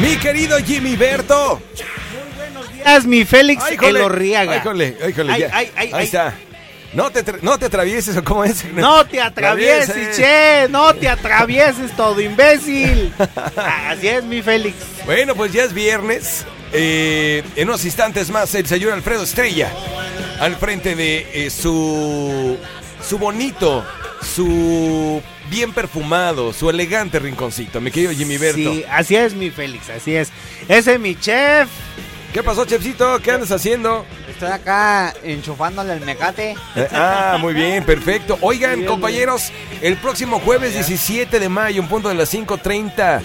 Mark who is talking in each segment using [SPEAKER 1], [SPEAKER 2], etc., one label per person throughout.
[SPEAKER 1] Mi querido Jimmy Berto.
[SPEAKER 2] Buenas, mi Félix
[SPEAKER 1] Ay, jole. Ay,
[SPEAKER 2] Elorriaga.
[SPEAKER 1] jole, ay, jole,
[SPEAKER 2] Ay,
[SPEAKER 1] ya.
[SPEAKER 2] ay, ay,
[SPEAKER 1] Ahí
[SPEAKER 2] ay.
[SPEAKER 1] está. No te, tra- no te atravieses, ¿o cómo es?
[SPEAKER 2] No te atravieses,
[SPEAKER 1] Atravieses.
[SPEAKER 2] che, no te atravieses todo imbécil. Así es, mi Félix.
[SPEAKER 1] Bueno, pues ya es viernes. Eh, en unos instantes más, el señor Alfredo Estrella al frente de eh, su, su bonito, su bien perfumado, su elegante rinconcito. Mi querido Jimmy Berto.
[SPEAKER 2] Sí, así es, mi Félix, así es. Ese es mi chef.
[SPEAKER 1] ¿Qué pasó, Chefcito? ¿Qué andas haciendo?
[SPEAKER 3] Estoy acá enchufándole el mecate.
[SPEAKER 1] Eh, ah, muy bien, perfecto. Oigan, compañeros, el próximo jueves 17 de mayo, en punto de las 5.30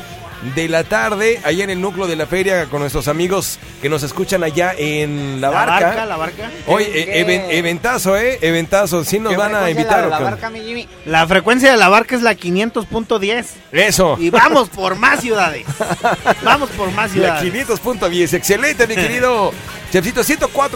[SPEAKER 1] de la tarde, allá en el núcleo de la feria, con nuestros amigos que nos escuchan allá en La Barca.
[SPEAKER 2] barca, la barca.
[SPEAKER 1] Hoy,
[SPEAKER 3] ¿Qué-
[SPEAKER 1] eh, even-
[SPEAKER 3] qué-
[SPEAKER 1] eventazo, ¿eh? Eventazo. Sí nos
[SPEAKER 3] ¿Qué
[SPEAKER 1] van a
[SPEAKER 3] frecuencia
[SPEAKER 1] invitar.
[SPEAKER 3] La, la
[SPEAKER 1] ¿o qué?
[SPEAKER 3] barca, mi Jimmy.
[SPEAKER 2] La frecuencia de la barca es la 500.10.
[SPEAKER 1] Eso.
[SPEAKER 2] Y vamos por más ciudades. Vamos por más
[SPEAKER 1] La
[SPEAKER 2] ciudades.
[SPEAKER 1] 500.10. Excelente, mi querido. Chefcito,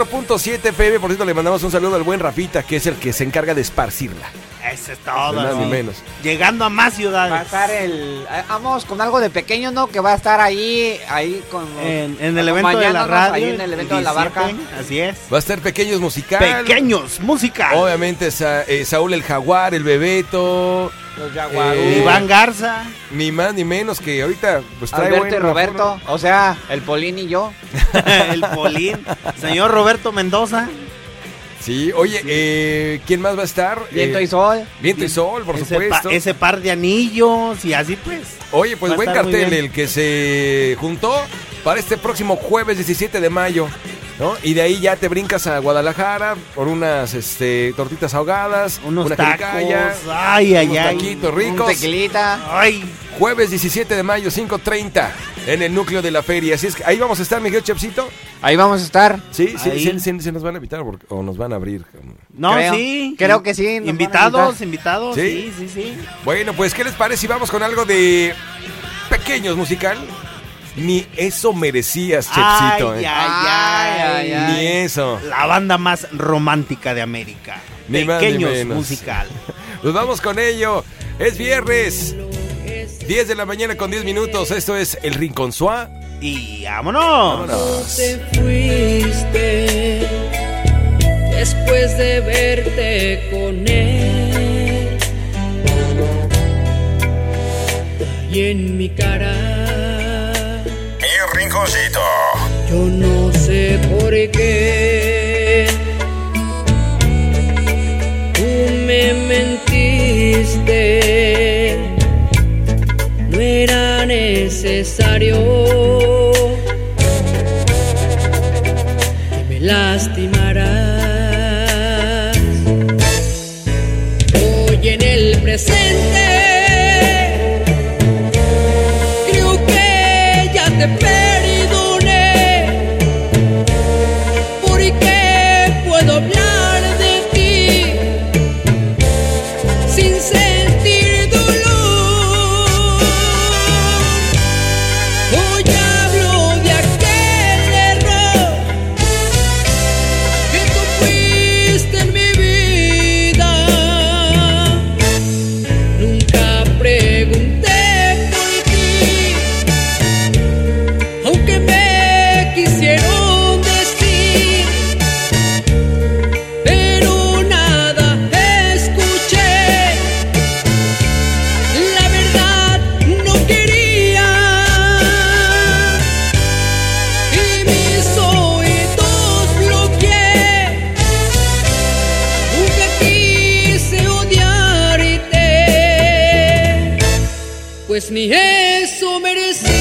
[SPEAKER 1] 104.7 pb Por cierto, le mandamos un saludo al buen Rafita, que es el que se encarga de esparcirla.
[SPEAKER 2] Eso es todo.
[SPEAKER 1] Nada
[SPEAKER 2] sí.
[SPEAKER 1] menos.
[SPEAKER 2] Llegando a más
[SPEAKER 3] Va a
[SPEAKER 2] ciudades.
[SPEAKER 3] estar el. eh, Vamos con algo de pequeño, ¿no? Que va a estar ahí, ahí con. los-
[SPEAKER 2] En, en el evento de la
[SPEAKER 3] acompañándonos
[SPEAKER 2] radio.
[SPEAKER 3] Ahí en el evento de la barca.
[SPEAKER 2] 17, Así es.
[SPEAKER 1] Va a estar Pequeños Musical.
[SPEAKER 2] Pequeños, música.
[SPEAKER 1] Obviamente, Sa- eh, Saúl el Jaguar, el Bebeto.
[SPEAKER 3] Los Jaguarú.
[SPEAKER 1] Eh,
[SPEAKER 2] Iván Garza.
[SPEAKER 1] Ni más ni menos que ahorita. Pues trae
[SPEAKER 3] Alberto y
[SPEAKER 1] buena
[SPEAKER 3] Roberto.
[SPEAKER 1] forma.
[SPEAKER 3] O sea, el Polín y yo.
[SPEAKER 2] el Polín, señor Roberto Mendoza,
[SPEAKER 1] Sí, oye, eh, ¿quién más va a estar?
[SPEAKER 3] Viento
[SPEAKER 1] Eh,
[SPEAKER 3] y sol.
[SPEAKER 1] Viento y Sol, por
[SPEAKER 2] ese, pa-
[SPEAKER 1] supuesto.
[SPEAKER 2] ese par de anillos y así pues.
[SPEAKER 1] Oye, pues
[SPEAKER 2] Va a
[SPEAKER 1] buen
[SPEAKER 2] estar muy
[SPEAKER 1] cartel
[SPEAKER 2] bien.
[SPEAKER 1] el que se juntó para este próximo jueves 17 de mayo, ¿no? Y de ahí ya te brincas a Guadalajara por unas este, tortitas ahogadas,
[SPEAKER 2] Unos
[SPEAKER 1] una
[SPEAKER 2] tacos,
[SPEAKER 1] jericaya,
[SPEAKER 2] ay, ay,
[SPEAKER 1] unos
[SPEAKER 2] ay.
[SPEAKER 1] taquitos
[SPEAKER 3] Un
[SPEAKER 1] ricos.
[SPEAKER 3] tequilita.
[SPEAKER 2] Ay,
[SPEAKER 1] Jueves 17 de mayo, 5.30, en el núcleo de la feria. Así es que ahí vamos a estar, Miguel Chepsito.
[SPEAKER 3] Ahí vamos a estar.
[SPEAKER 1] Sí, sí,
[SPEAKER 2] Ahí.
[SPEAKER 1] sí, sí, sí nos van a invitar porque- o nos van a abrir.
[SPEAKER 2] no,
[SPEAKER 3] Creo-
[SPEAKER 2] sí.
[SPEAKER 3] creo que sí, nos van a
[SPEAKER 2] Invitados,
[SPEAKER 3] invitar.
[SPEAKER 2] invitados,
[SPEAKER 1] ¿Sí?
[SPEAKER 2] sí, sí, sí.
[SPEAKER 1] Bueno, pues, ¿qué les parece si vamos con algo de pequeños musical? Ni eso merecías, Chepsito.
[SPEAKER 2] ay,
[SPEAKER 1] ¿eh?
[SPEAKER 2] ay, ay,
[SPEAKER 3] Ay,
[SPEAKER 2] ay.
[SPEAKER 3] ay,
[SPEAKER 1] Ni eso.
[SPEAKER 2] La banda más romántica de América.
[SPEAKER 1] Ni más ni
[SPEAKER 2] Pequeños
[SPEAKER 1] menos.
[SPEAKER 2] musical.
[SPEAKER 1] Nos vamos con ello. Es viernes. 10 de la mañana con 10 minutos. Esto es El Rincón Suá.
[SPEAKER 2] Y vámonos.
[SPEAKER 1] Vámonos.
[SPEAKER 4] te fuiste después de verte con él. Y en mi cara
[SPEAKER 5] Mi rinconcito.
[SPEAKER 4] yo no sé por qué tú me mentiste. No era necesario que me lastimarás. Hoy en el presente, creo que ya te perdoné, porque puedo hablar de ti sin sentir dolor. Hoy hablo de aquel error que tú fuiste en mi vida. Nunca pregunté por ti, aunque me quisieron decir, pero nada escuché. La verdad no quería y mis oídos bloqueé. Nunca quise odiarte, pues ni eso merecías.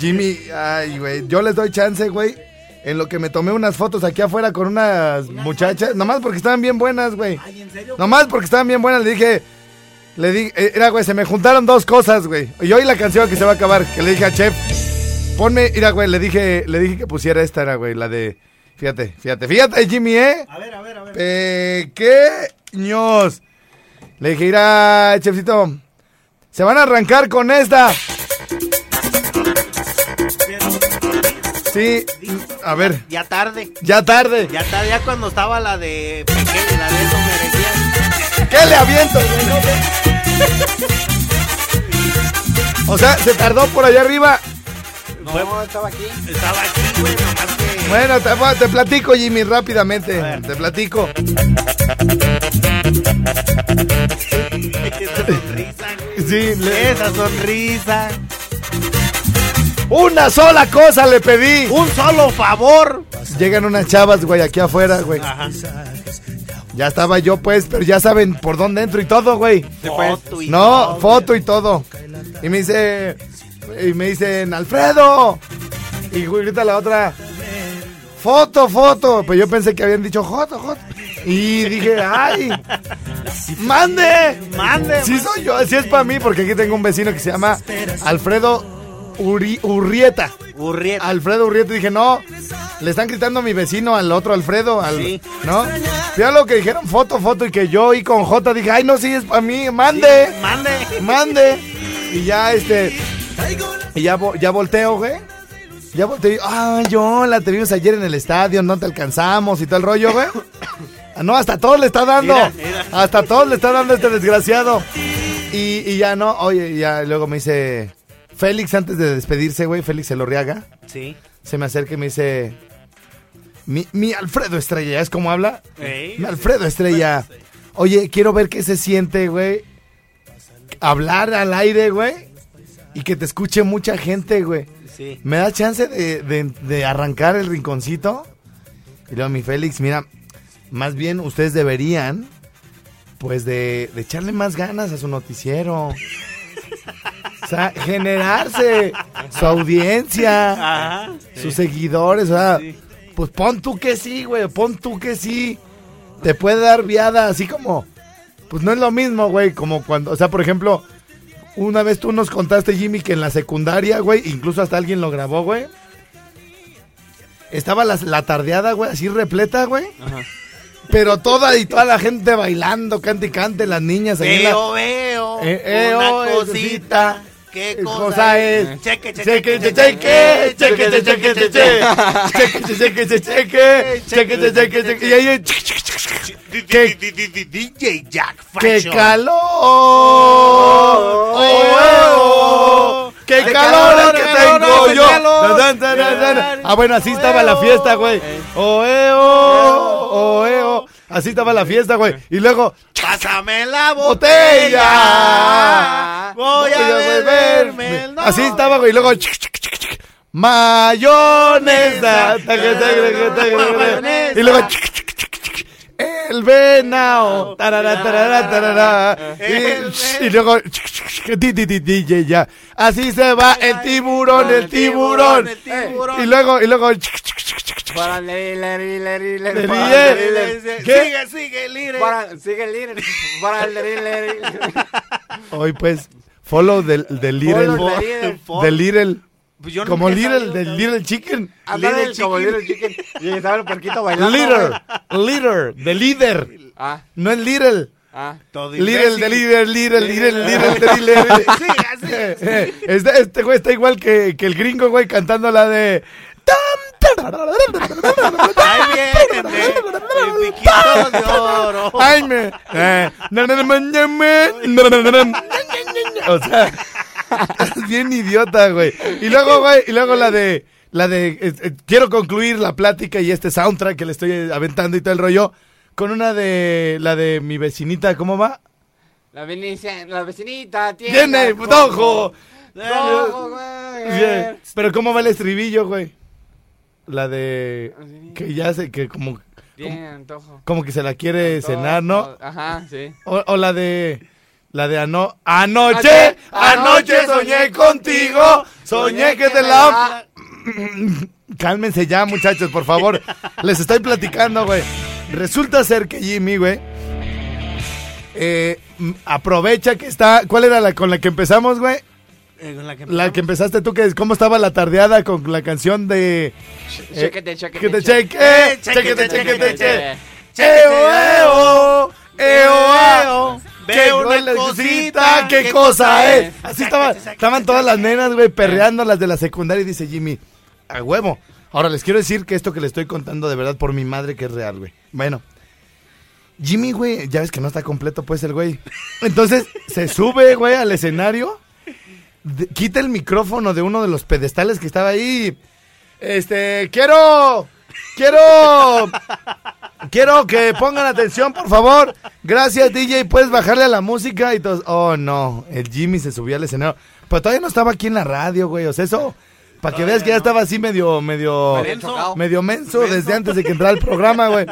[SPEAKER 5] Jimmy, ay, güey. Yo les doy chance, güey. En lo que me tomé unas fotos aquí afuera con unas muchachas. Nomás porque estaban bien buenas, güey. Nomás porque estaban bien buenas, le dije. Le dije. eh, Mira, güey, se me juntaron dos cosas, güey. Y hoy la canción que se va a acabar, que le dije a Chef. Ponme, mira, güey, le dije, le dije que pusiera esta, era, güey, la de. Fíjate, fíjate, fíjate, Jimmy, ¿eh?
[SPEAKER 2] A ver, a ver, a ver.
[SPEAKER 5] Pequeños. Le dije, irá, chefcito. Se van a arrancar con esta. Sí, a ver,
[SPEAKER 2] Ya tarde.
[SPEAKER 5] ya tarde.
[SPEAKER 2] Ya tarde, ya cuando estaba la de pequeña, la de eso merecía.
[SPEAKER 5] ¿Qué le aviento, güey? No sé. O sea, se tardó por allá arriba.
[SPEAKER 3] No, estaba aquí.
[SPEAKER 2] Estaba aquí, güey, nomás que.
[SPEAKER 5] Bueno, te, te platico, Jimmy, rápidamente.
[SPEAKER 2] A ver.
[SPEAKER 5] Te platico.
[SPEAKER 2] Esa sonrisa, güey.
[SPEAKER 5] Sí, le-
[SPEAKER 2] Esa sonrisa.
[SPEAKER 5] una sola cosa le pedí.
[SPEAKER 2] Un solo favor.
[SPEAKER 5] Llegan unas chavas, güey, aquí afuera, güey.
[SPEAKER 2] Ajá.
[SPEAKER 5] Ya estaba yo, pues, pero ya saben por dónde entro y todo, güey.
[SPEAKER 2] Foto y
[SPEAKER 5] pues. No,
[SPEAKER 2] todo,
[SPEAKER 5] foto y todo. Y me dice, y me dicen, Alfredo. Y güey, grita la otra, foto, foto. Pues yo pensé que habían dicho foto, foto. Y dije, ay, mande.
[SPEAKER 2] güey. Mande.
[SPEAKER 5] Sí soy yo, sí es para mí, porque aquí tengo un vecino que se llama Alfredo Uri- Urrieta.
[SPEAKER 2] Burrieta.
[SPEAKER 5] Alfredo Urrieta. Dije, no, le están gritando a mi vecino, al otro Alfredo, al,
[SPEAKER 2] Sí.
[SPEAKER 5] ¿no? Fíjate lo que dijeron, foto, foto, y que yo y con J dije, ay, no, sí, es para mí, mande,
[SPEAKER 2] Mande.
[SPEAKER 5] mande. Y ya, este, y ya, vo- ya volteo, güey. Ya volteo, y, ay, hola, te vimos ayer en el estadio, no te alcanzamos y todo el rollo, güey. Ah, No, hasta todos le está dando.
[SPEAKER 2] Mira, mira.
[SPEAKER 5] Hasta todos le está dando este desgraciado. Y, y ya no, oye, y ya luego me dice Félix antes de despedirse, güey, Félix Elorriaga
[SPEAKER 2] Sí.
[SPEAKER 5] se me acerca y me dice, mi, mi Alfredo Estrella, ¿es como habla?
[SPEAKER 2] Ey,
[SPEAKER 5] Mi Alfredo Estrella, oye, quiero ver qué se siente, güey, hablar al aire, güey, y que te escuche mucha gente, güey.
[SPEAKER 2] Sí.
[SPEAKER 5] ¿Me da chance de, de- de arrancar el rinconcito? Y luego mi Félix, mira, más bien ustedes deberían, pues, de, de echarle más ganas a su noticiero. O sea, generarse su audiencia
[SPEAKER 2] Ajá.
[SPEAKER 5] sus seguidores, o sea,
[SPEAKER 2] Sí.
[SPEAKER 5] pues pon tú que sí, güey, pon tú que sí. Te puede dar viada, así como, pues no es lo mismo, güey, como cuando, o sea, por ejemplo, una vez tú nos contaste, Jimmy, que en la secundaria, güey, incluso hasta alguien lo grabó, güey. Estaba la, la tardeada, güey, así repleta, güey. Pero toda y toda la gente bailando, cante y cante, las niñas ahí en la-
[SPEAKER 2] Veo, veo.
[SPEAKER 5] Eh, eh,
[SPEAKER 2] una
[SPEAKER 5] oh, eso sí.
[SPEAKER 2] cosita. ¿Qué
[SPEAKER 5] ¿Qué
[SPEAKER 2] cosa,
[SPEAKER 5] cosa
[SPEAKER 2] es?
[SPEAKER 5] es?
[SPEAKER 2] Cheque,
[SPEAKER 5] cheque, cheque, cheque, cheque, cheque, cheque, cheque, cheque, cheque, cheque, cheque, cheque, cheque, cheque, y ahí, ¿Qué?
[SPEAKER 2] DJ Jack
[SPEAKER 5] ¡Qué
[SPEAKER 2] Fashion.
[SPEAKER 5] calor! ¡Oh, oh, oh! ¡Qué
[SPEAKER 2] ¡Qué
[SPEAKER 5] calor
[SPEAKER 2] calor,
[SPEAKER 5] el que
[SPEAKER 2] qué calor,
[SPEAKER 5] tengo
[SPEAKER 2] qué
[SPEAKER 5] yo!
[SPEAKER 2] calor!
[SPEAKER 5] Dan, dan, dan, dan. Ah, bueno, así
[SPEAKER 2] Oh,
[SPEAKER 5] estaba la
[SPEAKER 2] oh.
[SPEAKER 5] fiesta, güey. ¡Oh, eh, oh! ¡Oh, eh, oh! Así estaba la fiesta, güey. Y luego,
[SPEAKER 2] Pásame la
[SPEAKER 5] botella.
[SPEAKER 2] botella.
[SPEAKER 5] Ah.
[SPEAKER 2] Voy a beberme el
[SPEAKER 5] Así
[SPEAKER 2] nombre.
[SPEAKER 5] estaba, güey. Y luego. chic, chic, chic, chic, Mayonesa. Taca, taca, taca, taca, taca. Y luego. chic, chic, chic, chic, El venao. Tarara, tarara, tarara. Y, y luego. chic, chic, chic, di, di, di, DJ ya. Así se va el tiburón, el tiburón.
[SPEAKER 2] El tiburón.
[SPEAKER 5] Y luego, y luego. chic, chic, chic, chic, chic,
[SPEAKER 3] Para Liri, Liri, Liri, Liri,
[SPEAKER 5] Liri,
[SPEAKER 3] para
[SPEAKER 5] eh.
[SPEAKER 3] Liri, Liri.
[SPEAKER 5] ¿Qué?
[SPEAKER 2] Sigue, sigue, Lire.
[SPEAKER 3] Para, sigue Liri, para Liri, Liri.
[SPEAKER 5] Hoy pues. Follow del, del Little.
[SPEAKER 3] Follow
[SPEAKER 2] del Little.
[SPEAKER 5] Del Little.
[SPEAKER 2] Pues yo
[SPEAKER 5] Como
[SPEAKER 2] nunca he
[SPEAKER 5] Little,
[SPEAKER 2] sabido
[SPEAKER 5] del Little Chicken.
[SPEAKER 3] Andaba
[SPEAKER 2] Little
[SPEAKER 3] el- como
[SPEAKER 2] Chicken.
[SPEAKER 3] Little Chicken. Y estaba el porquito bailando.
[SPEAKER 5] Leader,
[SPEAKER 3] güey.
[SPEAKER 5] leader, de líder.
[SPEAKER 3] Ah,
[SPEAKER 5] No es little.
[SPEAKER 3] ah.
[SPEAKER 2] Todo
[SPEAKER 5] Little,
[SPEAKER 2] imbécil.
[SPEAKER 5] de líder, little, little, little, de líder. Este, este güey está igual que, que el gringo, güey, cantando la de...
[SPEAKER 2] Ahí viene, el piquito de oro.
[SPEAKER 5] Ay, me... eh, na, na, na, ma, na, ma, na, na, na, na, na, na, na. O sea, es bien idiota, güey. Y luego, güey, y luego la de... La de... eh, eh, quiero concluir la plática y este soundtrack que le estoy eh, aventando y todo el rollo con una de... La de mi vecinita, ¿cómo va? eh,
[SPEAKER 3] La vecina- la vecinita tiene...
[SPEAKER 5] ¡Tiene el puto ojo!
[SPEAKER 3] Ojo,
[SPEAKER 5] Bien.
[SPEAKER 3] güey.
[SPEAKER 5] Pero ¿cómo va el estribillo, güey? La de... Que ya sé que como...
[SPEAKER 3] Tiene antojo.
[SPEAKER 5] Como que se la quiere cenar, ¿no?
[SPEAKER 3] Ajá, sí.
[SPEAKER 5] O, o la de. La de ano, anoche, anoche soñé contigo, Soñé que te la... Cálmense ya, muchachos, por favor. Les estoy platicando, güey. Resulta ser que Jimmy, güey, eh, m- aprovecha que está... ¿Cuál era la con la que empezamos, güey?
[SPEAKER 2] Eh, con la que
[SPEAKER 5] La que
[SPEAKER 2] empezamos.
[SPEAKER 5] empezaste tú, que es cómo estaba la tardeada con la canción de... eh,
[SPEAKER 3] Chéquete,
[SPEAKER 5] Que te
[SPEAKER 3] chéquete.
[SPEAKER 5] cheque,
[SPEAKER 2] Eh,
[SPEAKER 5] chequete,
[SPEAKER 2] chequete,
[SPEAKER 5] chequete,
[SPEAKER 2] chequete,
[SPEAKER 5] cheque.
[SPEAKER 3] chequete.
[SPEAKER 5] oh, eh, Eo, eo, eo, eo.
[SPEAKER 2] Ve
[SPEAKER 5] Qué
[SPEAKER 2] una
[SPEAKER 5] buena
[SPEAKER 2] cosita,
[SPEAKER 5] qué cosa es. Así estaba, estaban todas las nenas, güey, perreando las de la secundaria y dice Jimmy, a huevo. Ahora les quiero decir que esto que les estoy contando de verdad por mi madre que es real, güey. Bueno, Jimmy, güey, ya ves que no está completo, pues el güey. Entonces se sube, güey, al escenario, de- quita el micrófono de uno de los pedestales que estaba ahí. Este, quiero, quiero Quiero que pongan atención, por favor. Gracias, DJ. Puedes bajarle a la música y todos. Oh, no. El Jimmy se subió al escenario. Pero todavía no estaba aquí en la radio, güey. O sea, eso. Para que veas que ya estaba así medio, medio.
[SPEAKER 2] Menso.
[SPEAKER 3] Chocao.
[SPEAKER 5] Medio menso desde antes de que entrara el programa, güey.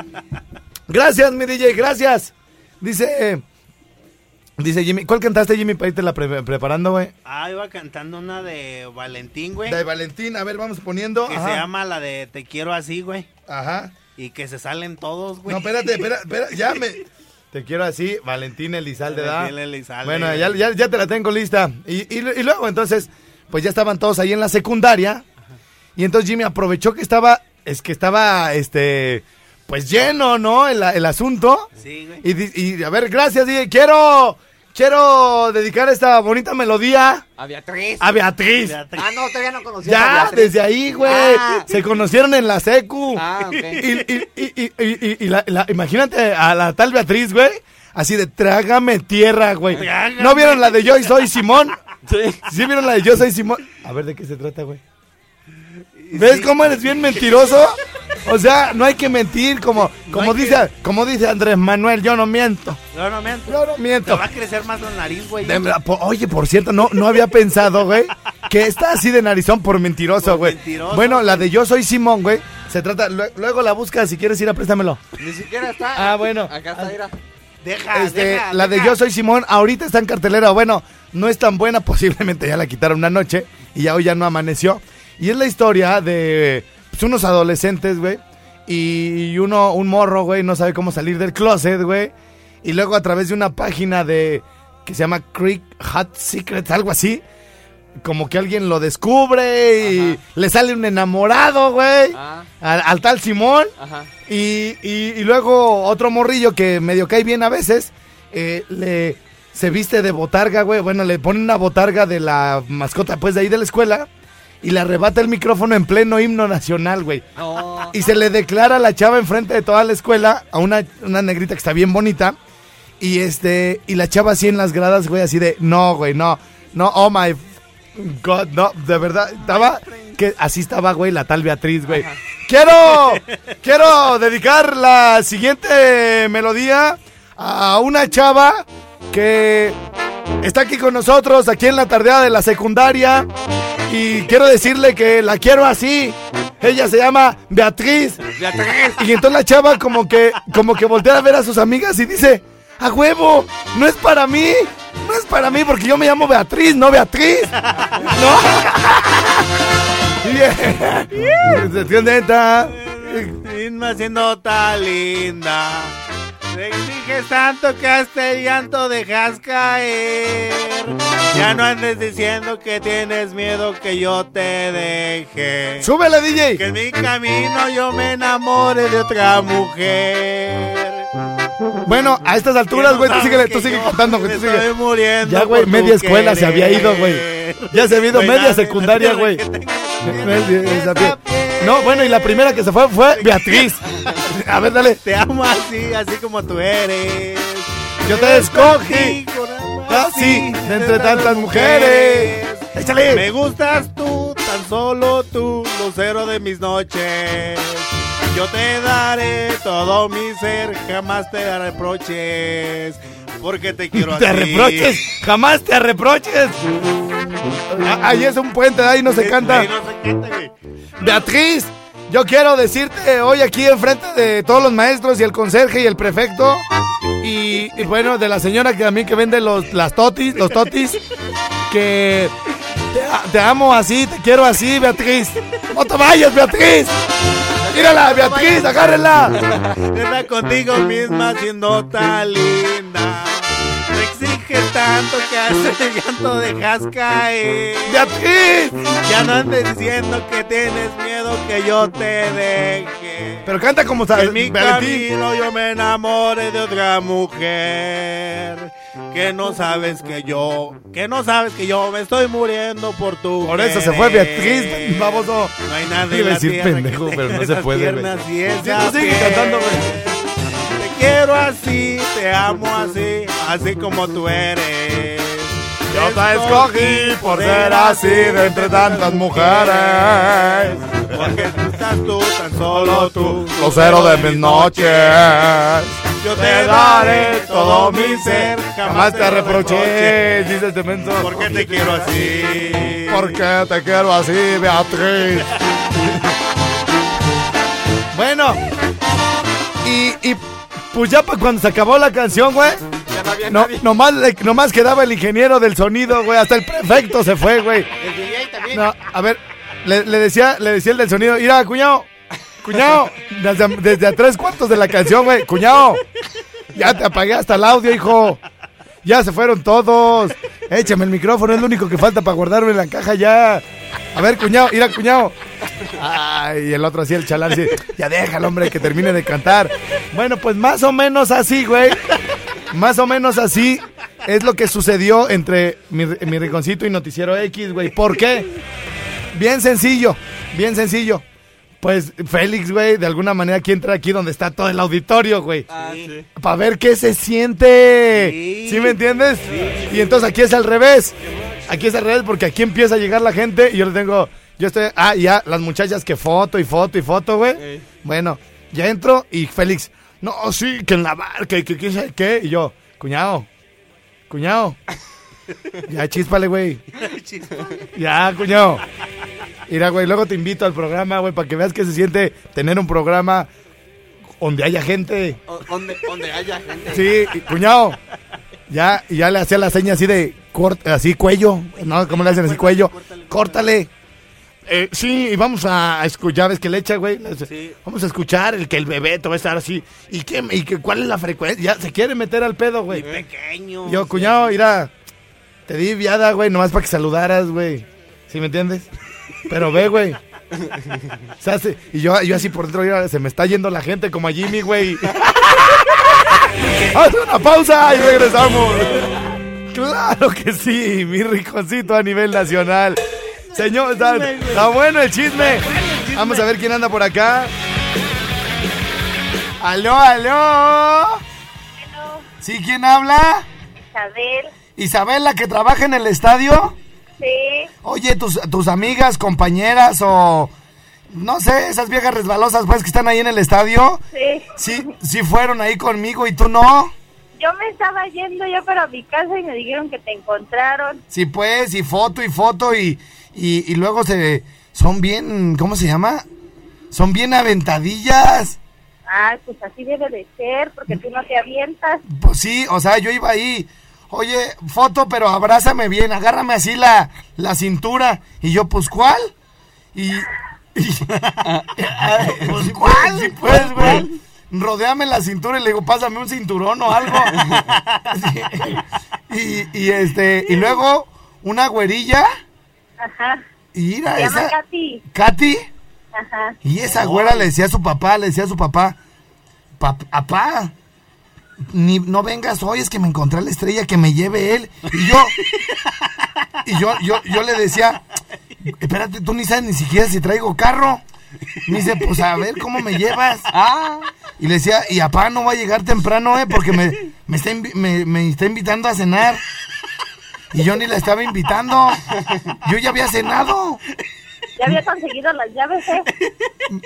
[SPEAKER 5] Gracias, mi DJ, gracias. Dice. Dice Jimmy. ¿Cuál cantaste, Jimmy, para irte la pre- preparando, güey?
[SPEAKER 2] Ah, iba cantando una de Valentín, güey.
[SPEAKER 5] De
[SPEAKER 2] Que
[SPEAKER 5] Valentín, a ver, vamos poniendo.
[SPEAKER 2] se
[SPEAKER 5] Ajá.
[SPEAKER 2] llama la de Te quiero así, güey.
[SPEAKER 5] Ajá.
[SPEAKER 2] Y que se salen todos, güey.
[SPEAKER 5] No, espérate, espera, espera, ya me. Te quiero así, Valentín Elizalde, ¿da?
[SPEAKER 2] Valentín Elizalde.
[SPEAKER 5] Bueno, ya, ya, ya te la tengo lista. Y, y- y luego, entonces, pues ya estaban todos ahí en la secundaria. Y entonces Jimmy aprovechó que estaba, es que estaba, este, pues lleno, ¿no? El, el asunto.
[SPEAKER 2] Sí, güey.
[SPEAKER 5] Y, di- y, a ver, gracias, dije, quiero, quiero dedicar esta bonita melodía
[SPEAKER 3] A Beatriz.
[SPEAKER 5] a Beatriz.
[SPEAKER 3] Ah, no, todavía no conocía a
[SPEAKER 5] Ya,
[SPEAKER 3] Beatriz.
[SPEAKER 5] desde ahí, güey.
[SPEAKER 3] Ah.
[SPEAKER 5] Se conocieron en la secu.
[SPEAKER 3] Ah, ok.
[SPEAKER 5] Y, y- y- y- y- y- y la- la- imagínate a la tal Beatriz, güey. Así de trágame tierra, güey.
[SPEAKER 2] Trágame.
[SPEAKER 5] ¿No vieron la de Yo y soy Simón? Sí. ¿Sí vieron la de Yo soy Simón? A ver, ¿de qué se trata, güey? ¿Ves cómo eres bien mentiroso? O sea, no hay que mentir, como, como,
[SPEAKER 2] hay que-
[SPEAKER 5] dice, como dice Andrés Manuel, yo no miento.
[SPEAKER 2] No, no, me
[SPEAKER 5] Yo no
[SPEAKER 2] Te
[SPEAKER 5] miento.
[SPEAKER 2] va a crecer más la nariz, güey.
[SPEAKER 5] De verdad, po- oye, por cierto, no, no había pensado, güey, que está así de narizón por mentiroso,
[SPEAKER 2] Por
[SPEAKER 5] güey.
[SPEAKER 2] mentiroso,
[SPEAKER 5] Bueno, la de Yo Soy Simón, güey, se trata, lue- luego la buscas, si quieres ir a préstamelo.
[SPEAKER 3] Ni siquiera está.
[SPEAKER 5] Ah, bueno.
[SPEAKER 3] Acá está, mira.
[SPEAKER 2] Deja,
[SPEAKER 5] Este,
[SPEAKER 2] deja,
[SPEAKER 5] la de
[SPEAKER 2] deja.
[SPEAKER 5] Yo Soy Simón, ahorita está en cartelera, bueno, no es tan buena, posiblemente ya la quitaron una noche y ya hoy ya no amaneció. Y es la historia de pues, unos adolescentes, güey, y uno, un morro, güey, no sabe cómo salir del closet, güey. Y luego a través de una página de que se llama Creek Hot Secrets, algo así. Como que alguien lo descubre y le sale un enamorado, güey.
[SPEAKER 3] Ah.
[SPEAKER 5] Al, al tal Simón.
[SPEAKER 2] Ah.
[SPEAKER 3] Ajá.
[SPEAKER 5] Y, y- y luego otro morrillo que medio cae bien a veces, eh, le se viste de botarga, güey. Bueno, le pone una botarga de la mascota, pues, de ahí de la escuela. Y le arrebata el micrófono en pleno himno nacional, güey.
[SPEAKER 3] No.
[SPEAKER 5] Y se le declara a la chava enfrente de toda la escuela, a una, una negrita que está bien bonita. Y este, y la chava así en las gradas, güey, así de, no, güey, no, no, oh my f- God, no, de verdad, estaba, que así estaba, güey, la tal Beatriz, güey. Quiero, quiero dedicar la siguiente melodía a una chava que está aquí con nosotros, aquí en la tardeada de la secundaria. Y quiero decirle que la quiero así. Ella se llama Beatriz.
[SPEAKER 3] Beatriz.
[SPEAKER 5] Y entonces la chava como que, como que voltea a ver a sus amigas y dice, a huevo, no es para mí, no es para mí porque yo me llamo Beatriz, no Beatriz. No. Yeah. Sección neta.
[SPEAKER 2] Misma haciendo tan linda. Te exiges tanto que hasta el llanto dejas caer. Ya no andes diciendo que tienes miedo que yo te deje.
[SPEAKER 5] Súbele,
[SPEAKER 2] Que
[SPEAKER 5] DJ.
[SPEAKER 2] en mi camino yo me enamore de otra mujer.
[SPEAKER 5] Bueno, a estas alturas, güey, tú síguele, tú sigue cantando, güey, tú
[SPEAKER 2] Me
[SPEAKER 5] sigue.
[SPEAKER 2] Estoy muriendo.
[SPEAKER 5] Ya, güey,
[SPEAKER 2] por
[SPEAKER 5] media
[SPEAKER 2] tu
[SPEAKER 5] escuela se había ido, güey.
[SPEAKER 2] querer.
[SPEAKER 5] Ya se había ido
[SPEAKER 2] Güey,
[SPEAKER 5] media
[SPEAKER 2] nada,
[SPEAKER 5] secundaria,
[SPEAKER 2] nada,
[SPEAKER 5] güey.
[SPEAKER 2] que tengo-
[SPEAKER 5] No, bueno, y la primera que se fue fue Beatriz. A ver, dale.
[SPEAKER 2] Te amo así, así como tú eres.
[SPEAKER 5] Yo te escogí.
[SPEAKER 2] con amor
[SPEAKER 5] Así, Ah, de entre tantas mujeres. Échale.
[SPEAKER 2] Me gustas tú, tan solo tú, lucero de mis noches. Yo te daré todo mi ser, jamás te reproches. Porque te quiero
[SPEAKER 5] te
[SPEAKER 2] así.
[SPEAKER 5] reproches, jamás te reproches. A- Ahí es un puente, ahí no se canta.
[SPEAKER 2] Ahí no se canta, güey.
[SPEAKER 5] Beatriz, yo quiero decirte hoy aquí enfrente de todos los maestros y el conserje y el prefecto y, y bueno, de la señora que a mí que vende los, las totis, los totis, que Te, a- te amo así, te quiero así, Beatriz. No te vayas, Beatriz. Mírala, Beatriz, agárrenla.
[SPEAKER 2] Está contigo misma siendo tan linda. Te exiges tanto que hasta el llanto dejas caer.
[SPEAKER 5] Beatriz.
[SPEAKER 2] Ya no andes diciendo que tienes miedo que yo te deje.
[SPEAKER 5] Pero canta como
[SPEAKER 2] Que
[SPEAKER 5] sabes.
[SPEAKER 2] en mi
[SPEAKER 5] Valentín.
[SPEAKER 2] camino yo me enamore de otra mujer. Que no sabes que yo, que no sabes que yo me estoy muriendo por tu.
[SPEAKER 5] Por eso se fue
[SPEAKER 2] querer.
[SPEAKER 5] Beatriz, baboso.
[SPEAKER 2] No hay nada en
[SPEAKER 5] Iba a
[SPEAKER 2] la
[SPEAKER 5] decir
[SPEAKER 2] tierra que
[SPEAKER 5] pendejo, pero no
[SPEAKER 2] tenga
[SPEAKER 5] se
[SPEAKER 2] esas
[SPEAKER 5] puede, güey.
[SPEAKER 2] piernas y
[SPEAKER 5] Sí,
[SPEAKER 2] esa
[SPEAKER 5] tú sigue
[SPEAKER 2] piel.
[SPEAKER 5] cantando, güey.
[SPEAKER 2] Te quiero así, te amo así, así como tú eres.
[SPEAKER 5] Yo te escogí por ser así de entre tantas mujeres.
[SPEAKER 2] Porque tú estás tú, tan solo tú.
[SPEAKER 5] Lucero de mis noches.
[SPEAKER 2] Yo te daré todo mi ser, jamás te reproché.
[SPEAKER 5] dice el demenso.
[SPEAKER 2] Porque te quiero así.
[SPEAKER 5] Porque te quiero así, Beatriz. bueno, y, y pues ya pa' cuando se acabó la canción, güey.
[SPEAKER 3] Ya no había
[SPEAKER 5] No,
[SPEAKER 3] nadie.
[SPEAKER 5] nomás, le- nomás quedaba el ingeniero del sonido, güey. Hasta el prefecto se fue, güey.
[SPEAKER 3] El DJ también.
[SPEAKER 5] No, a ver, le, le decía, le decía el del sonido, mira, cuñado, cuñado, desde, desde a tres cuartos de la canción, güey, cuñado, ya te apagué hasta el audio, hijo. Ya se fueron todos. Échame el micrófono, es lo único que falta para guardarme en la caja ya. A ver, cuñado, mira, cuñado. Ay, y el otro así, el chalán, así, ya déjalo, hombre, que termine de cantar. Bueno, pues más o menos así, güey. Más o menos así es lo que sucedió entre mi, mi rinconcito y Noticiero X, güey. ¿Por qué? Bien sencillo, bien sencillo. Pues Félix, güey, de alguna manera aquí entra aquí donde está todo el auditorio, güey. Para ver qué se siente.
[SPEAKER 2] Sí.
[SPEAKER 5] ¿Sí, me entiendes? Y entonces aquí es al revés. Aquí es al revés porque aquí empieza a llegar la gente y yo le tengo. Yo estoy. Ah, y ya, las muchachas que foto y foto y foto, güey. Bueno, ya entro y Félix. No, sí, que en la barca y que quién sabe qué. Y yo, cuñado, cuñado. ya chispale, güey. Ya, cuñado. Mira, güey, luego te invito al programa, güey, para que veas que se siente tener un programa donde haya gente.
[SPEAKER 6] O- Donde, donde haya gente.
[SPEAKER 5] Sí, y, cuñado. Ya, y ya le hacía la seña así de cort- así cuello. No, ¿cómo le hacen así cuello? Córtale. Eh, sí, y vamos a escuchar, ves que le echa, güey. Le hace, Vamos a escuchar el que el bebeto va a estar así. ¿Y qué, y qué, cuál es la frecuencia? Ya se quiere meter al pedo, güey.
[SPEAKER 6] Pequeño.
[SPEAKER 5] Yo, cuñado, mira, te di viada, güey, nomás para que saludaras, güey. ¿Sí me entiendes? Pero ve, güey. Se hace- y yo, yo así por dentro, mira, se me está yendo la gente como a Jimmy, güey. Haz una pausa y regresamos. Claro que sí, mi rinconcito a nivel nacional. Señor, está, está bueno el chisme. Vamos a ver quién anda por acá. Aló, aló. ¿Sí quién habla?
[SPEAKER 7] Isabel,
[SPEAKER 5] Isabel, la que trabaja en el estadio.
[SPEAKER 7] sí,
[SPEAKER 5] Oye, tus, tus amigas, compañeras o no sé, esas viejas resbalosas pues que están ahí en el estadio.
[SPEAKER 7] sí.
[SPEAKER 5] Sí, sí fueron ahí conmigo y tú no.
[SPEAKER 7] Yo me estaba yendo ya para mi casa y me dijeron que te encontraron.
[SPEAKER 5] Sí pues, y foto y foto y, y, y luego se... Son bien, ¿cómo se llama? Son bien aventadillas.
[SPEAKER 7] Ah, pues así debe de ser, porque tú no te avientas.
[SPEAKER 5] Pues sí, o sea, yo iba ahí. Oye, foto, pero abrázame bien, agárrame así la, la cintura. Y yo, pues, ¿cuál? Y. y- pues, ¿cuál? Sí, pues, güey. Rodéame la cintura y le digo, pásame un cinturón o algo. Sí. y, y este, y luego, una güerilla.
[SPEAKER 7] Ajá.
[SPEAKER 5] Y mira,
[SPEAKER 7] Se llama
[SPEAKER 5] Ah, esa.
[SPEAKER 7] Katy.
[SPEAKER 5] Katy.
[SPEAKER 7] Ajá.
[SPEAKER 5] Y esa güera le decía a su papá, le decía a su papá, "Pap- papá, ni, no vengas hoy, es que me encontré a la estrella, que me lleve él. Y yo, y yo, yo, yo le decía, espérate, tú ni sabes ni siquiera si traigo carro. Me dice, pues a ver cómo me llevas.
[SPEAKER 6] Ah,
[SPEAKER 5] Y le decía, y papá no va a llegar temprano, eh, porque me, me, está, invi- me, me está invitando a cenar. Y yo ni la estaba invitando. Yo ya había cenado.
[SPEAKER 7] Ya había conseguido las llaves, ¿eh?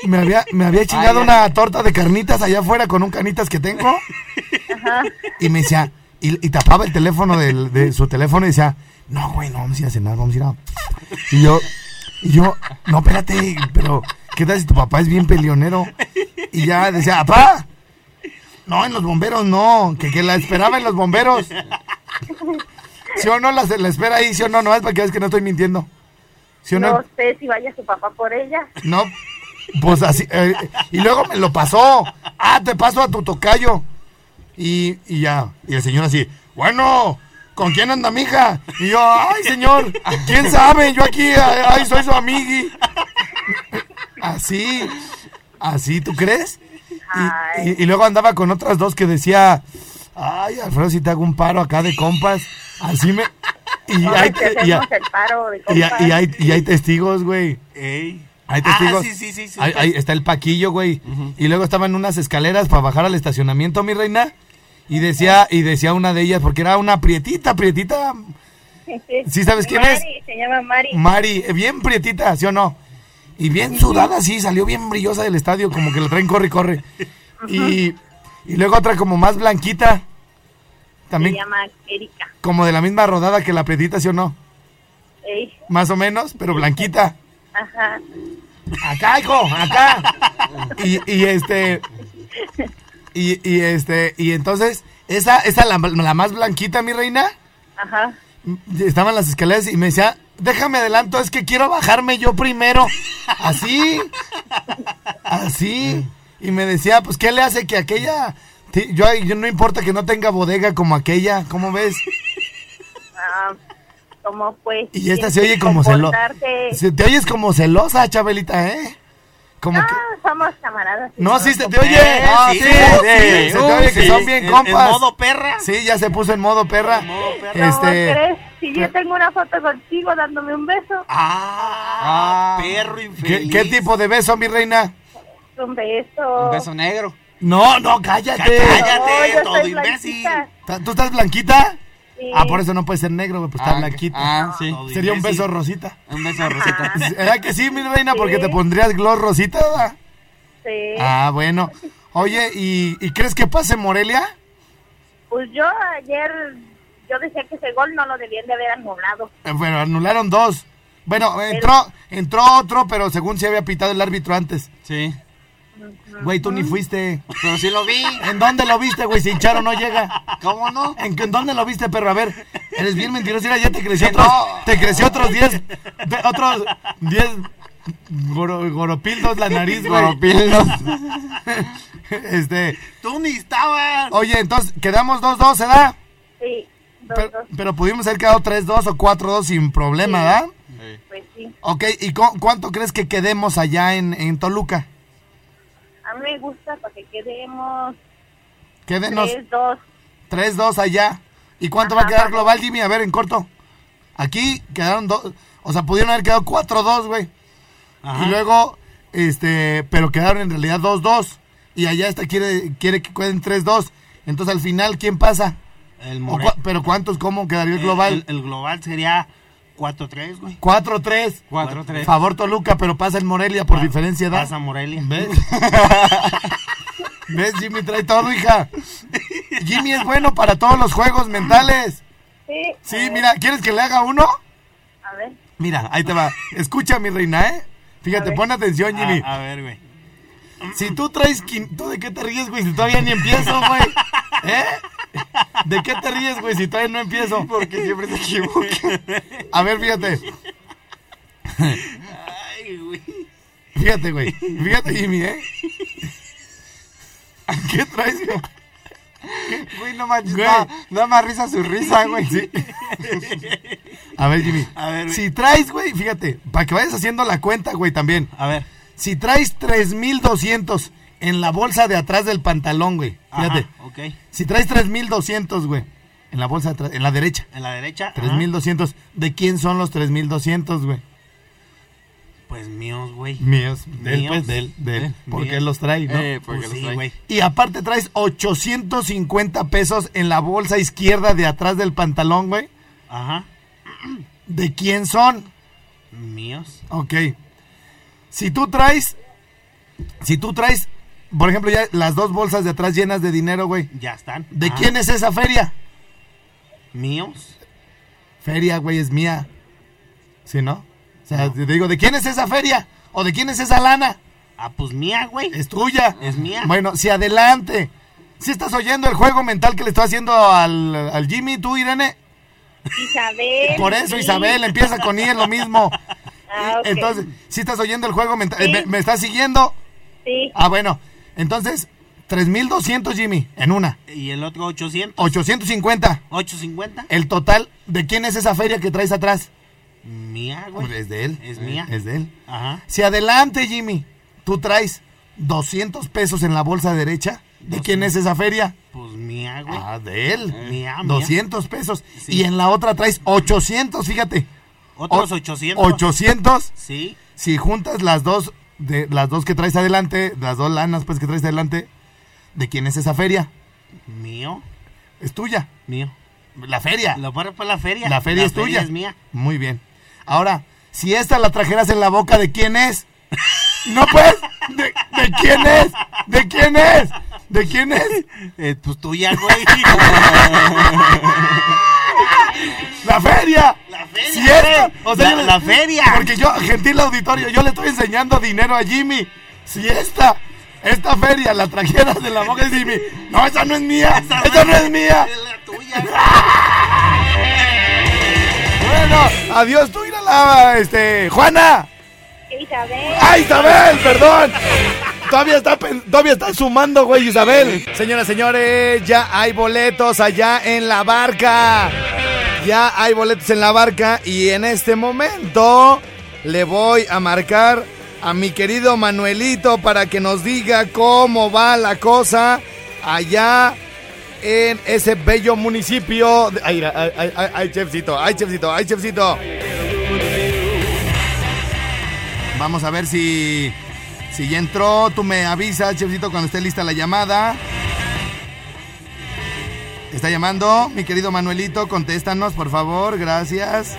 [SPEAKER 5] Me había, me había chingado una torta de carnitas allá afuera con un canitas que tengo. Y me decía, y, y tapaba el teléfono del- de su teléfono y decía, no, güey, no vamos a ir a cenar, vamos a ir a. Y yo, y yo, no, espérate, pero ¿qué tal si tu papá es bien peleonero? Y ya decía, ¡apá! No, en los bomberos no, que, que la esperaba en los bomberos. ¿Sí o no la, la espera ahí? ¿Sí o no? No, es para que veas que no estoy mintiendo. Si una-
[SPEAKER 7] No sé si vaya su papá por ella.
[SPEAKER 5] No, pues así. eh, y luego me lo pasó. Ah, te paso a tu tocayo. Y, y ya. Y el señor así, bueno, ¿con quién anda mi hija? Y yo, ay, señor, ¿quién sabe? Yo aquí, ay, soy su amigui. Así, así, ¿tú crees? Y, y- y luego andaba con otras dos que decía, ay, Alfredo, si te hago un paro acá de compas, así me... Y,
[SPEAKER 7] Ahora
[SPEAKER 5] hay,
[SPEAKER 7] que
[SPEAKER 5] y-
[SPEAKER 7] hacemos el paro de
[SPEAKER 5] y- y
[SPEAKER 7] compas.
[SPEAKER 5] hay- y hay testigos, güey.
[SPEAKER 2] Ey.
[SPEAKER 5] Hay
[SPEAKER 6] Ah,
[SPEAKER 5] testigos.
[SPEAKER 6] sí, sí, sí, sí.
[SPEAKER 5] Ahí- ahí está el Paquillo, güey. Y luego estaban unas escaleras para bajar al estacionamiento, mi reina. Y decía, y decía una de ellas, porque era una prietita, prietita, ¿Sí sabes quién es?
[SPEAKER 7] Mari, se llama Mari.
[SPEAKER 5] Mari, eh, bien prietita, ¿sí o no? Y bien sudada, sí, salió bien brillosa del estadio, como que le traen corre y corre. Y, y luego otra como más blanquita,
[SPEAKER 7] se
[SPEAKER 5] también
[SPEAKER 7] llama Erika.
[SPEAKER 5] como de la misma rodada que la prietita, ¿sí o no?
[SPEAKER 7] Ey,
[SPEAKER 5] Más o menos, pero blanquita.
[SPEAKER 7] ajá.
[SPEAKER 5] acá, hijo, acá. Y, y este. Y, y este. Y entonces, esa, esa la, la más blanquita, mi reina.
[SPEAKER 7] Ajá.
[SPEAKER 5] Estaban las escaleras y me decía, déjame adelanto, es que quiero bajarme yo primero. Así. Así. Y me decía, pues, ¿qué le hace que aquella. ti- Yo, yo no importa que no tenga bodega como aquella, ¿cómo ves?
[SPEAKER 7] Ah, ¿Cómo pues?
[SPEAKER 5] Y esta
[SPEAKER 7] Tienes
[SPEAKER 5] se oye
[SPEAKER 7] que
[SPEAKER 5] como celosa.
[SPEAKER 7] comportarte.
[SPEAKER 5] Te oyes como celosa, Chabelita, ¿eh? Como que.
[SPEAKER 7] Ah, somos camaradas.
[SPEAKER 5] No, sí, se te
[SPEAKER 6] Eh,
[SPEAKER 5] oye. Ah, sí,
[SPEAKER 6] sí,
[SPEAKER 5] sí,
[SPEAKER 6] uh,
[SPEAKER 5] se
[SPEAKER 6] sí,
[SPEAKER 5] te
[SPEAKER 6] uh,
[SPEAKER 5] oye que
[SPEAKER 6] sí.
[SPEAKER 5] son bien
[SPEAKER 6] En-
[SPEAKER 5] compas.
[SPEAKER 6] En modo perra.
[SPEAKER 5] Sí, ya se puso en modo perra.
[SPEAKER 7] ¿Cómo
[SPEAKER 5] Este.
[SPEAKER 7] crees? Si yo tengo una foto contigo dándome un beso,
[SPEAKER 6] Ah, perro
[SPEAKER 5] ¿Qué,
[SPEAKER 6] infeliz.
[SPEAKER 5] qué tipo de beso, mi reina?
[SPEAKER 7] un beso.
[SPEAKER 3] Un beso negro.
[SPEAKER 5] No, no, cállate.
[SPEAKER 7] No,
[SPEAKER 6] Cállate,
[SPEAKER 7] yo
[SPEAKER 6] todo
[SPEAKER 7] soy
[SPEAKER 6] imbécil.
[SPEAKER 7] blanquita.
[SPEAKER 5] Ta- ¿Tú estás blanquita?
[SPEAKER 7] Sí.
[SPEAKER 5] Ah, por eso no puede ser negro, güey, pues está
[SPEAKER 3] Ah,
[SPEAKER 5] blanquita.
[SPEAKER 3] Ah, sí.
[SPEAKER 6] Todo
[SPEAKER 5] Sería un
[SPEAKER 6] imbécil.
[SPEAKER 5] beso rosita.
[SPEAKER 3] Un beso
[SPEAKER 7] Ah,
[SPEAKER 3] rosita.
[SPEAKER 5] ¿Verdad que sí, mi reina? Porque
[SPEAKER 7] Sí.
[SPEAKER 5] te pondrías gloss rosita. ¿verdad?
[SPEAKER 7] Sí.
[SPEAKER 5] Ah, bueno. Oye, ¿y, y crees que pase Morelia?
[SPEAKER 7] Pues yo ayer, yo decía que ese gol no lo debían de haber anulado.
[SPEAKER 5] Eh, Bueno, anularon dos. Bueno, entró, entró otro, pero según se había pitado el árbitro antes.
[SPEAKER 3] Sí.
[SPEAKER 5] Güey, tú ni fuiste.
[SPEAKER 3] Pero sí lo vi.
[SPEAKER 5] ¿En dónde lo viste, güey? Si Charo no llega.
[SPEAKER 3] ¿Cómo no?
[SPEAKER 5] ¿En, en dónde lo viste, perro? A ver, eres bien mentiroso. Mira, ya te creció otros, te creció otros 10, de- otros 10 goro- goropildos la nariz, güey.
[SPEAKER 3] Goropildos.
[SPEAKER 5] Este,
[SPEAKER 6] Tú ni estabas.
[SPEAKER 5] oye, entonces, quedamos 2-2, ¿verdad?
[SPEAKER 7] Sí, dos,
[SPEAKER 5] Pero,
[SPEAKER 7] dos,
[SPEAKER 5] pero pudimos haber quedado 3-2 o 4-2 sin problema, ¿verdad?
[SPEAKER 7] pues sí.
[SPEAKER 5] Ok, ¿y cu- cuánto crees que quedemos allá en, en Toluca?
[SPEAKER 7] A mí me gusta porque quedemos
[SPEAKER 5] Quédenos
[SPEAKER 7] tres, dos.
[SPEAKER 5] 3-2 allá. ¿Y cuánto va a quedar global, Jimmy? A ver, en corto. Aquí quedaron dos. O sea, pudieron haber quedado 4-2, güey. Y luego, este, pero quedaron en realidad 2-2. Y allá esta quiere, quiere que queden 3-2. Entonces al final, ¿quién pasa?
[SPEAKER 6] El,
[SPEAKER 5] O
[SPEAKER 6] More-
[SPEAKER 5] cua- pero ¿cuántos? ¿Cómo quedaría el global?
[SPEAKER 6] Eh, El, el global sería 4-3, güey.
[SPEAKER 5] 4-3.
[SPEAKER 3] 4-3.
[SPEAKER 5] Favor Toluca, pero pasa el Morelia por diferencia de edad.
[SPEAKER 6] Pasa Morelia.
[SPEAKER 5] ¿Ves? ¿Ves? Jimmy trae todo, hija. Jimmy es bueno para todos los juegos mentales.
[SPEAKER 7] Sí,
[SPEAKER 5] Sí, mira, ¿quieres que le haga uno?
[SPEAKER 7] a ver.
[SPEAKER 5] Mira, ahí te va. Escucha, mi reina, ¿eh? Fíjate, pon atención, Jimmy.
[SPEAKER 6] A, a ver, güey.
[SPEAKER 5] Si tú traes... quin- ¿Tú de qué te ríes, güey? Si todavía ni empiezo, güey. ¿Eh? ¿De qué te ríes, güey? Si todavía no empiezo. Porque siempre te equivocas. A ver, fíjate.
[SPEAKER 6] Ay, güey.
[SPEAKER 5] Fíjate, güey. Fíjate, Jimmy, ¿eh? ¿Qué traes, güey?
[SPEAKER 3] Güey, no manches.
[SPEAKER 5] Güey.
[SPEAKER 3] Nada, nada más risa su risa, güey.
[SPEAKER 5] Sí. A ver, Jimmy.
[SPEAKER 6] A ver, güey.
[SPEAKER 5] si traes, güey, fíjate, para que vayas haciendo la cuenta, güey, también.
[SPEAKER 6] A ver.
[SPEAKER 5] Si traes 3200 en la bolsa de atrás del pantalón, güey. Fíjate.
[SPEAKER 6] Ajá, ok.
[SPEAKER 5] Si traes 3200, güey, en la bolsa de atrás, en la derecha.
[SPEAKER 6] En la derecha. ajá.
[SPEAKER 5] 3200. ¿De quién son los 3200, güey?
[SPEAKER 6] Pues míos, güey.
[SPEAKER 5] Míos. De él,
[SPEAKER 6] Míos.
[SPEAKER 5] pues, de él, de él.
[SPEAKER 6] Eh,
[SPEAKER 5] porque
[SPEAKER 6] míos.
[SPEAKER 5] él los trae, ¿no?
[SPEAKER 3] Eh, porque
[SPEAKER 6] Pues
[SPEAKER 3] los
[SPEAKER 6] sí,
[SPEAKER 3] trae.
[SPEAKER 6] güey.
[SPEAKER 5] Y aparte traes 850 pesos en la bolsa izquierda de atrás del pantalón, güey.
[SPEAKER 6] Ajá.
[SPEAKER 5] ¿De quién son?
[SPEAKER 6] Míos.
[SPEAKER 5] Ok. Si tú traes, si tú traes, por ejemplo, ya las dos bolsas de atrás llenas de dinero, güey.
[SPEAKER 6] Ya están.
[SPEAKER 5] ¿De
[SPEAKER 6] Ah,
[SPEAKER 5] quién es esa feria?
[SPEAKER 6] Míos.
[SPEAKER 5] Feria, güey, es mía. ¿Sí, no? O sea, te digo, ¿de quién es esa feria? ¿O de quién es esa lana?
[SPEAKER 6] Ah, pues mía, güey.
[SPEAKER 5] Es tuya.
[SPEAKER 6] Es mía.
[SPEAKER 5] Bueno, si adelante. Si estás oyendo el juego mental que le estoy haciendo al, al Jimmy, tú, Irene.
[SPEAKER 7] Isabel.
[SPEAKER 5] Por eso,
[SPEAKER 7] sí.
[SPEAKER 5] Isabel, empieza con I, es lo mismo.
[SPEAKER 7] Ah, ok.
[SPEAKER 5] Entonces, si estás oyendo el juego, mental? Eh,
[SPEAKER 7] Sí.
[SPEAKER 5] ¿me, me estás siguiendo?
[SPEAKER 7] Sí,
[SPEAKER 5] Ah, bueno. Entonces, 3.200, Jimmy, en una.
[SPEAKER 6] Y el otro 800.
[SPEAKER 5] 850.
[SPEAKER 6] 850.
[SPEAKER 5] El total, ¿de quién es esa feria que traes atrás?
[SPEAKER 6] Mía, güey.
[SPEAKER 5] Hombre, Pues es de él.
[SPEAKER 6] Es mía.
[SPEAKER 5] Es de él.
[SPEAKER 6] Ajá.
[SPEAKER 5] Si adelante, Jimmy, tú traes 200 pesos en la bolsa derecha, ¿de quién es esa feria?
[SPEAKER 6] Pues mía, güey.
[SPEAKER 5] Ah, de él.
[SPEAKER 6] Mía, mía.
[SPEAKER 5] 200 pesos.
[SPEAKER 6] Sí.
[SPEAKER 5] Y en la otra traes 800, fíjate.
[SPEAKER 6] Otros
[SPEAKER 5] O-
[SPEAKER 6] 800.
[SPEAKER 5] 800.
[SPEAKER 6] Sí.
[SPEAKER 5] Si juntas las dos, de, las dos que traes adelante, las dos lanas pues que traes adelante, ¿de quién es esa feria?
[SPEAKER 6] Mío.
[SPEAKER 5] Es tuya.
[SPEAKER 6] Mío.
[SPEAKER 5] La feria.
[SPEAKER 6] Lo para para la feria.
[SPEAKER 5] La feria es tuya.
[SPEAKER 6] es mía.
[SPEAKER 5] Muy bien. Ahora, si esta la trajeras en la boca, ¿de quién es? No pues, ¿de, de quién es? ¿De quién es? ¿De quién es?
[SPEAKER 6] Eh, pues tuya, güey.
[SPEAKER 5] ¡La feria!
[SPEAKER 6] La feria,
[SPEAKER 5] Si esta-
[SPEAKER 6] güey.
[SPEAKER 5] o sea,
[SPEAKER 6] La-
[SPEAKER 5] yo-
[SPEAKER 6] la feria.
[SPEAKER 5] Porque yo, gentil auditorio, yo le estoy enseñando dinero a Jimmy. Si esta, esta feria la trajeras de la boca de Jimmy, no, esa no es mía, esa, no es mía.
[SPEAKER 6] Es la tuya. güey.
[SPEAKER 5] Bueno, adiós tú, irá la, este, Juana. ah.
[SPEAKER 7] Isabel.
[SPEAKER 5] ¡Ay, Isabel! ¡Perdón! Todavía está, pen- todavía está sumando, güey, Isabel. Señoras, señores, ya hay boletos allá en la barca. Ya hay boletos en la barca y en este momento le voy a marcar a mi querido Manuelito para que nos diga cómo va la cosa allá en ese bello municipio. de- Ay, mira, ay, ay, ay, ay, chefcito, ay, chefcito, ay, chefcito. Vamos a ver si, si ya entró. Tú me avisas, chefcito, cuando esté lista la llamada. Está llamando, mi querido Manuelito. Contéstanos, por favor. Gracias.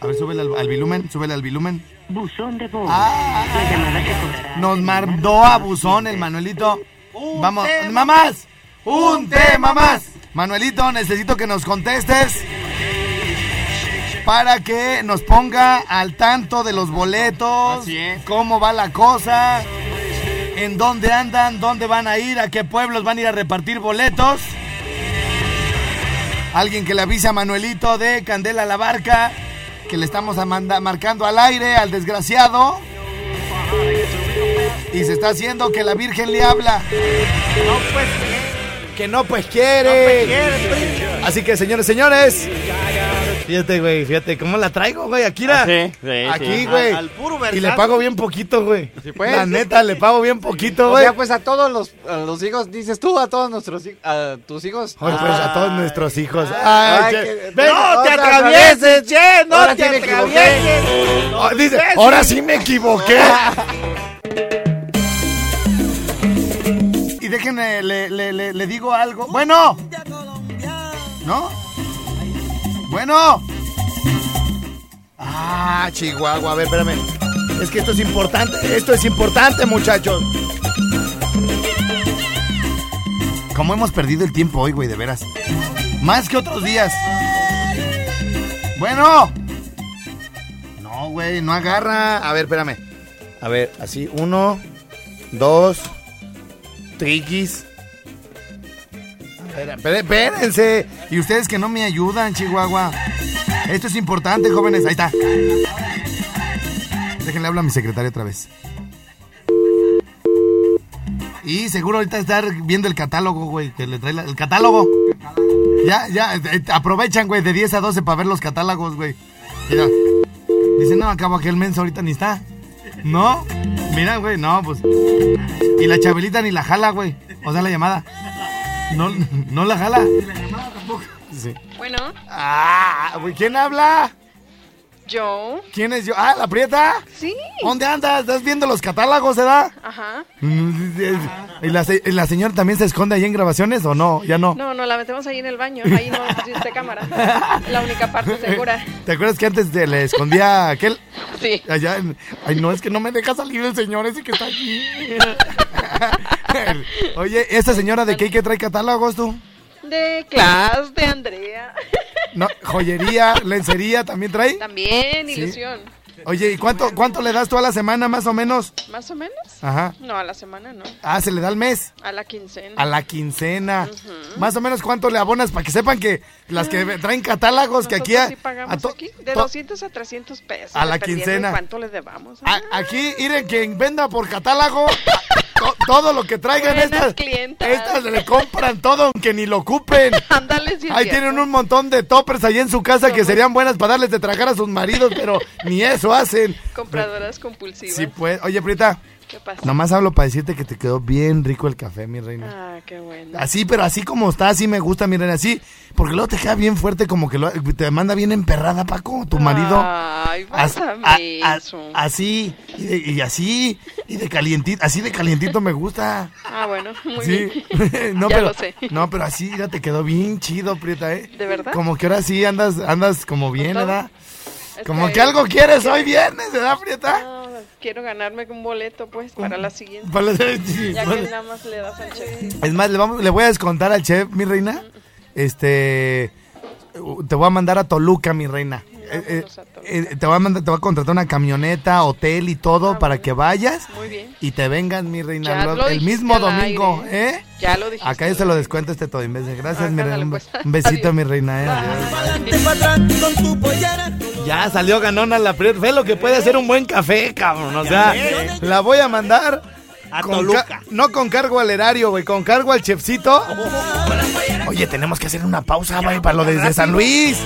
[SPEAKER 5] A ver, súbele al, al volumen, súbele al volumen.
[SPEAKER 8] Buzón de voz.
[SPEAKER 5] Ah,
[SPEAKER 8] La llamada que colgará
[SPEAKER 5] nos
[SPEAKER 8] será
[SPEAKER 5] mandó a buzón el Manuelito.
[SPEAKER 6] Un
[SPEAKER 5] Vamos,
[SPEAKER 6] tema
[SPEAKER 5] mamás. Un tema más. Manuelito, necesito que nos contestes para que nos ponga al tanto de los boletos,
[SPEAKER 6] Así es.
[SPEAKER 5] cómo va la cosa, en dónde andan, dónde van a ir, a qué pueblos van a ir a repartir boletos. Alguien que le avise a Manuelito de Candela la Barca, que le estamos amanda- marcando al aire al desgraciado. Y se está haciendo que la Virgen le habla.
[SPEAKER 2] No, pues, ¿qué?
[SPEAKER 5] Que no pues
[SPEAKER 2] No
[SPEAKER 5] quiere. pues.
[SPEAKER 2] me quieres, príncipe.
[SPEAKER 5] Así que señores, señores. Fíjate, güey, fíjate, ¿cómo la traigo, güey? Akira. Aquí, güey.
[SPEAKER 2] Al- al puro
[SPEAKER 5] y le
[SPEAKER 2] versazo.
[SPEAKER 5] pago bien poquito, güey.
[SPEAKER 3] pues.
[SPEAKER 5] La neta, le pago bien poquito,
[SPEAKER 3] O
[SPEAKER 5] güey.
[SPEAKER 3] sea, pues a todos los, a los hijos, dices tú, a todos nuestros hij- a tus hijos.
[SPEAKER 5] Oye, pues, a todos nuestros hijos.
[SPEAKER 3] Ay,
[SPEAKER 5] Ah, Ay, che.
[SPEAKER 3] que-
[SPEAKER 5] Ven.
[SPEAKER 2] ¡No te
[SPEAKER 3] Otra
[SPEAKER 2] atravieses, che! ¡No
[SPEAKER 3] Ahora
[SPEAKER 2] te
[SPEAKER 3] sí me equivoqué.
[SPEAKER 2] atravieses!
[SPEAKER 5] Oh, dice, ahora sí me equivoqué. y déjenme, le, le- le- le digo algo. Bueno. ¿No? Bueno. Ah, Chihuahua, a ver, espérame. Es que esto es importante, esto es importante, muchachos. ¿Cómo hemos perdido el tiempo hoy, güey, de veras? Más que otros días. Bueno. No, güey, no agarra. A ver, espérame. A ver, así, uno, dos, triquis. A ver, espé- Espérense. Y ustedes que no me ayudan, Chihuahua. Esto es importante, jóvenes. Ahí está. Déjenle hablar a mi secretaria otra vez. Y seguro ahorita estar viendo el catálogo, güey. Que le trae la- el catálogo. Ya, ya. eh, Aprovechan, güey, de 10 a 12 para ver los catálogos, güey. Mira. Dice, no, acabo aquel menso ahorita ni está. No, mira, güey, no, pues. Y la chabelita ni la jala, güey. O sea, la llamada. No, no la jala. Y la llamada tampoco. Sí.
[SPEAKER 9] Bueno,
[SPEAKER 5] Ah, güey, ¿quién habla?
[SPEAKER 9] yo.
[SPEAKER 5] ¿Quién es yo? Ah, la prieta.
[SPEAKER 9] Sí.
[SPEAKER 5] ¿Dónde andas? ¿Estás viendo los catálogos, edad?
[SPEAKER 9] Ajá.
[SPEAKER 5] ¿Y la, se- la señora también se esconde ahí en grabaciones o no? Ya no.
[SPEAKER 9] No, no, la metemos ahí en el baño. Ahí no existe cámara. La única parte segura.
[SPEAKER 5] ¿Te acuerdas que antes de- le escondía aquel?
[SPEAKER 9] Sí.
[SPEAKER 5] Allá en- Ay, no, es que no me deja salir el señor ese que está aquí. Oye, ¿esta señora de qué que trae catálogos tú?
[SPEAKER 9] De Class, de Andrea.
[SPEAKER 5] No, joyería, lencería, ¿también trae?
[SPEAKER 9] También,
[SPEAKER 5] Sí.
[SPEAKER 9] ilusión.
[SPEAKER 5] Oye, ¿y cuánto, cuánto le das tú a la semana más o menos?
[SPEAKER 9] ¿Más o menos?
[SPEAKER 5] Ajá.
[SPEAKER 9] No, a la semana no.
[SPEAKER 5] Ah, se le da al mes.
[SPEAKER 9] A la quincena.
[SPEAKER 5] A la quincena.
[SPEAKER 9] Ujú.
[SPEAKER 5] Más o menos cuánto le abonas para que sepan que las que traen catálogos que aquí a,
[SPEAKER 9] Nosotros sí pagamos
[SPEAKER 5] a to-
[SPEAKER 9] aquí de
[SPEAKER 5] to-
[SPEAKER 9] 200 a 300 pesos.
[SPEAKER 5] A la
[SPEAKER 9] dependiendo
[SPEAKER 5] quincena.
[SPEAKER 9] de ¿Cuánto le debamos?
[SPEAKER 5] a- aquí miren quien venda por catálogo to- todo lo que traigan
[SPEAKER 9] Buenas
[SPEAKER 5] estas
[SPEAKER 9] clientas.
[SPEAKER 5] estas le compran todo aunque ni lo ocupen.
[SPEAKER 9] Ándale, sí es
[SPEAKER 5] Ahí
[SPEAKER 9] cierto.
[SPEAKER 5] tienen un montón de toppers ahí en su casa que serían buenas para darles de tragar a sus maridos, pero ni eso hacen.
[SPEAKER 9] Compradoras compulsivas.
[SPEAKER 5] Sí, pues. Oye, Prita,
[SPEAKER 9] ¿Qué pasa?
[SPEAKER 5] nomás hablo para decirte que te quedó bien rico el café, mi reina.
[SPEAKER 9] Ah, qué bueno.
[SPEAKER 5] Así, pero así como está, así me gusta, mi reina, así. Porque luego te queda bien fuerte, como que lo- te manda bien emperrada, Paco, tu marido.
[SPEAKER 9] Ay, vas
[SPEAKER 5] As-
[SPEAKER 9] a
[SPEAKER 5] a- a-
[SPEAKER 9] eso.
[SPEAKER 5] así, y, de- y así, y de calientito, así de calientito me gusta.
[SPEAKER 9] Ah, bueno, muy
[SPEAKER 5] Sí,
[SPEAKER 9] bien.
[SPEAKER 5] no,
[SPEAKER 9] ya
[SPEAKER 5] pero,
[SPEAKER 9] lo sé.
[SPEAKER 5] no, pero así ya te quedó bien chido, Prieta, ¿eh?
[SPEAKER 9] ¿De verdad?
[SPEAKER 5] Como que ahora sí andas, andas como bien,
[SPEAKER 9] todo.
[SPEAKER 5] ¿verdad?
[SPEAKER 9] Es
[SPEAKER 5] Como que algo quieres hoy viernes, ¿verdad, Prieta?
[SPEAKER 9] No, quiero ganarme un boleto, pues, para la siguiente.
[SPEAKER 5] Para la siguiente.
[SPEAKER 9] Ya que
[SPEAKER 5] Bueno.
[SPEAKER 9] nada más le das al cheque.
[SPEAKER 5] Es más, le, vamos- le voy a descontar al chef, mi reina. Este, te voy a mandar a Toluca, mi reina. Eh, eh, eh, te voy a mandar, te voy a contratar una camioneta, hotel y todo para que vayas
[SPEAKER 9] Muy bien.
[SPEAKER 5] y te vengas, mi reina.
[SPEAKER 9] Ah, Ya
[SPEAKER 5] lo-
[SPEAKER 9] lo
[SPEAKER 5] el
[SPEAKER 9] dijiste
[SPEAKER 5] mismo
[SPEAKER 9] al
[SPEAKER 5] domingo,
[SPEAKER 9] aire.
[SPEAKER 5] ¿eh?
[SPEAKER 9] Ya lo dijiste.
[SPEAKER 5] Acá yo se lo descuento este todo imbécil. Gracias, mi reina.
[SPEAKER 9] ándale,
[SPEAKER 5] Un,
[SPEAKER 9] pues.
[SPEAKER 5] un besito, mi reina. ¿eh? Ya salió ganona la Prieta. Ve lo que puede hacer un buen café, cabrón. O sea, la voy a mandar a
[SPEAKER 6] Toluca.
[SPEAKER 5] No con cargo al erario, güey, con cargo al chefcito. Oye, tenemos que hacer una pausa, güey, para lo desde San Luis.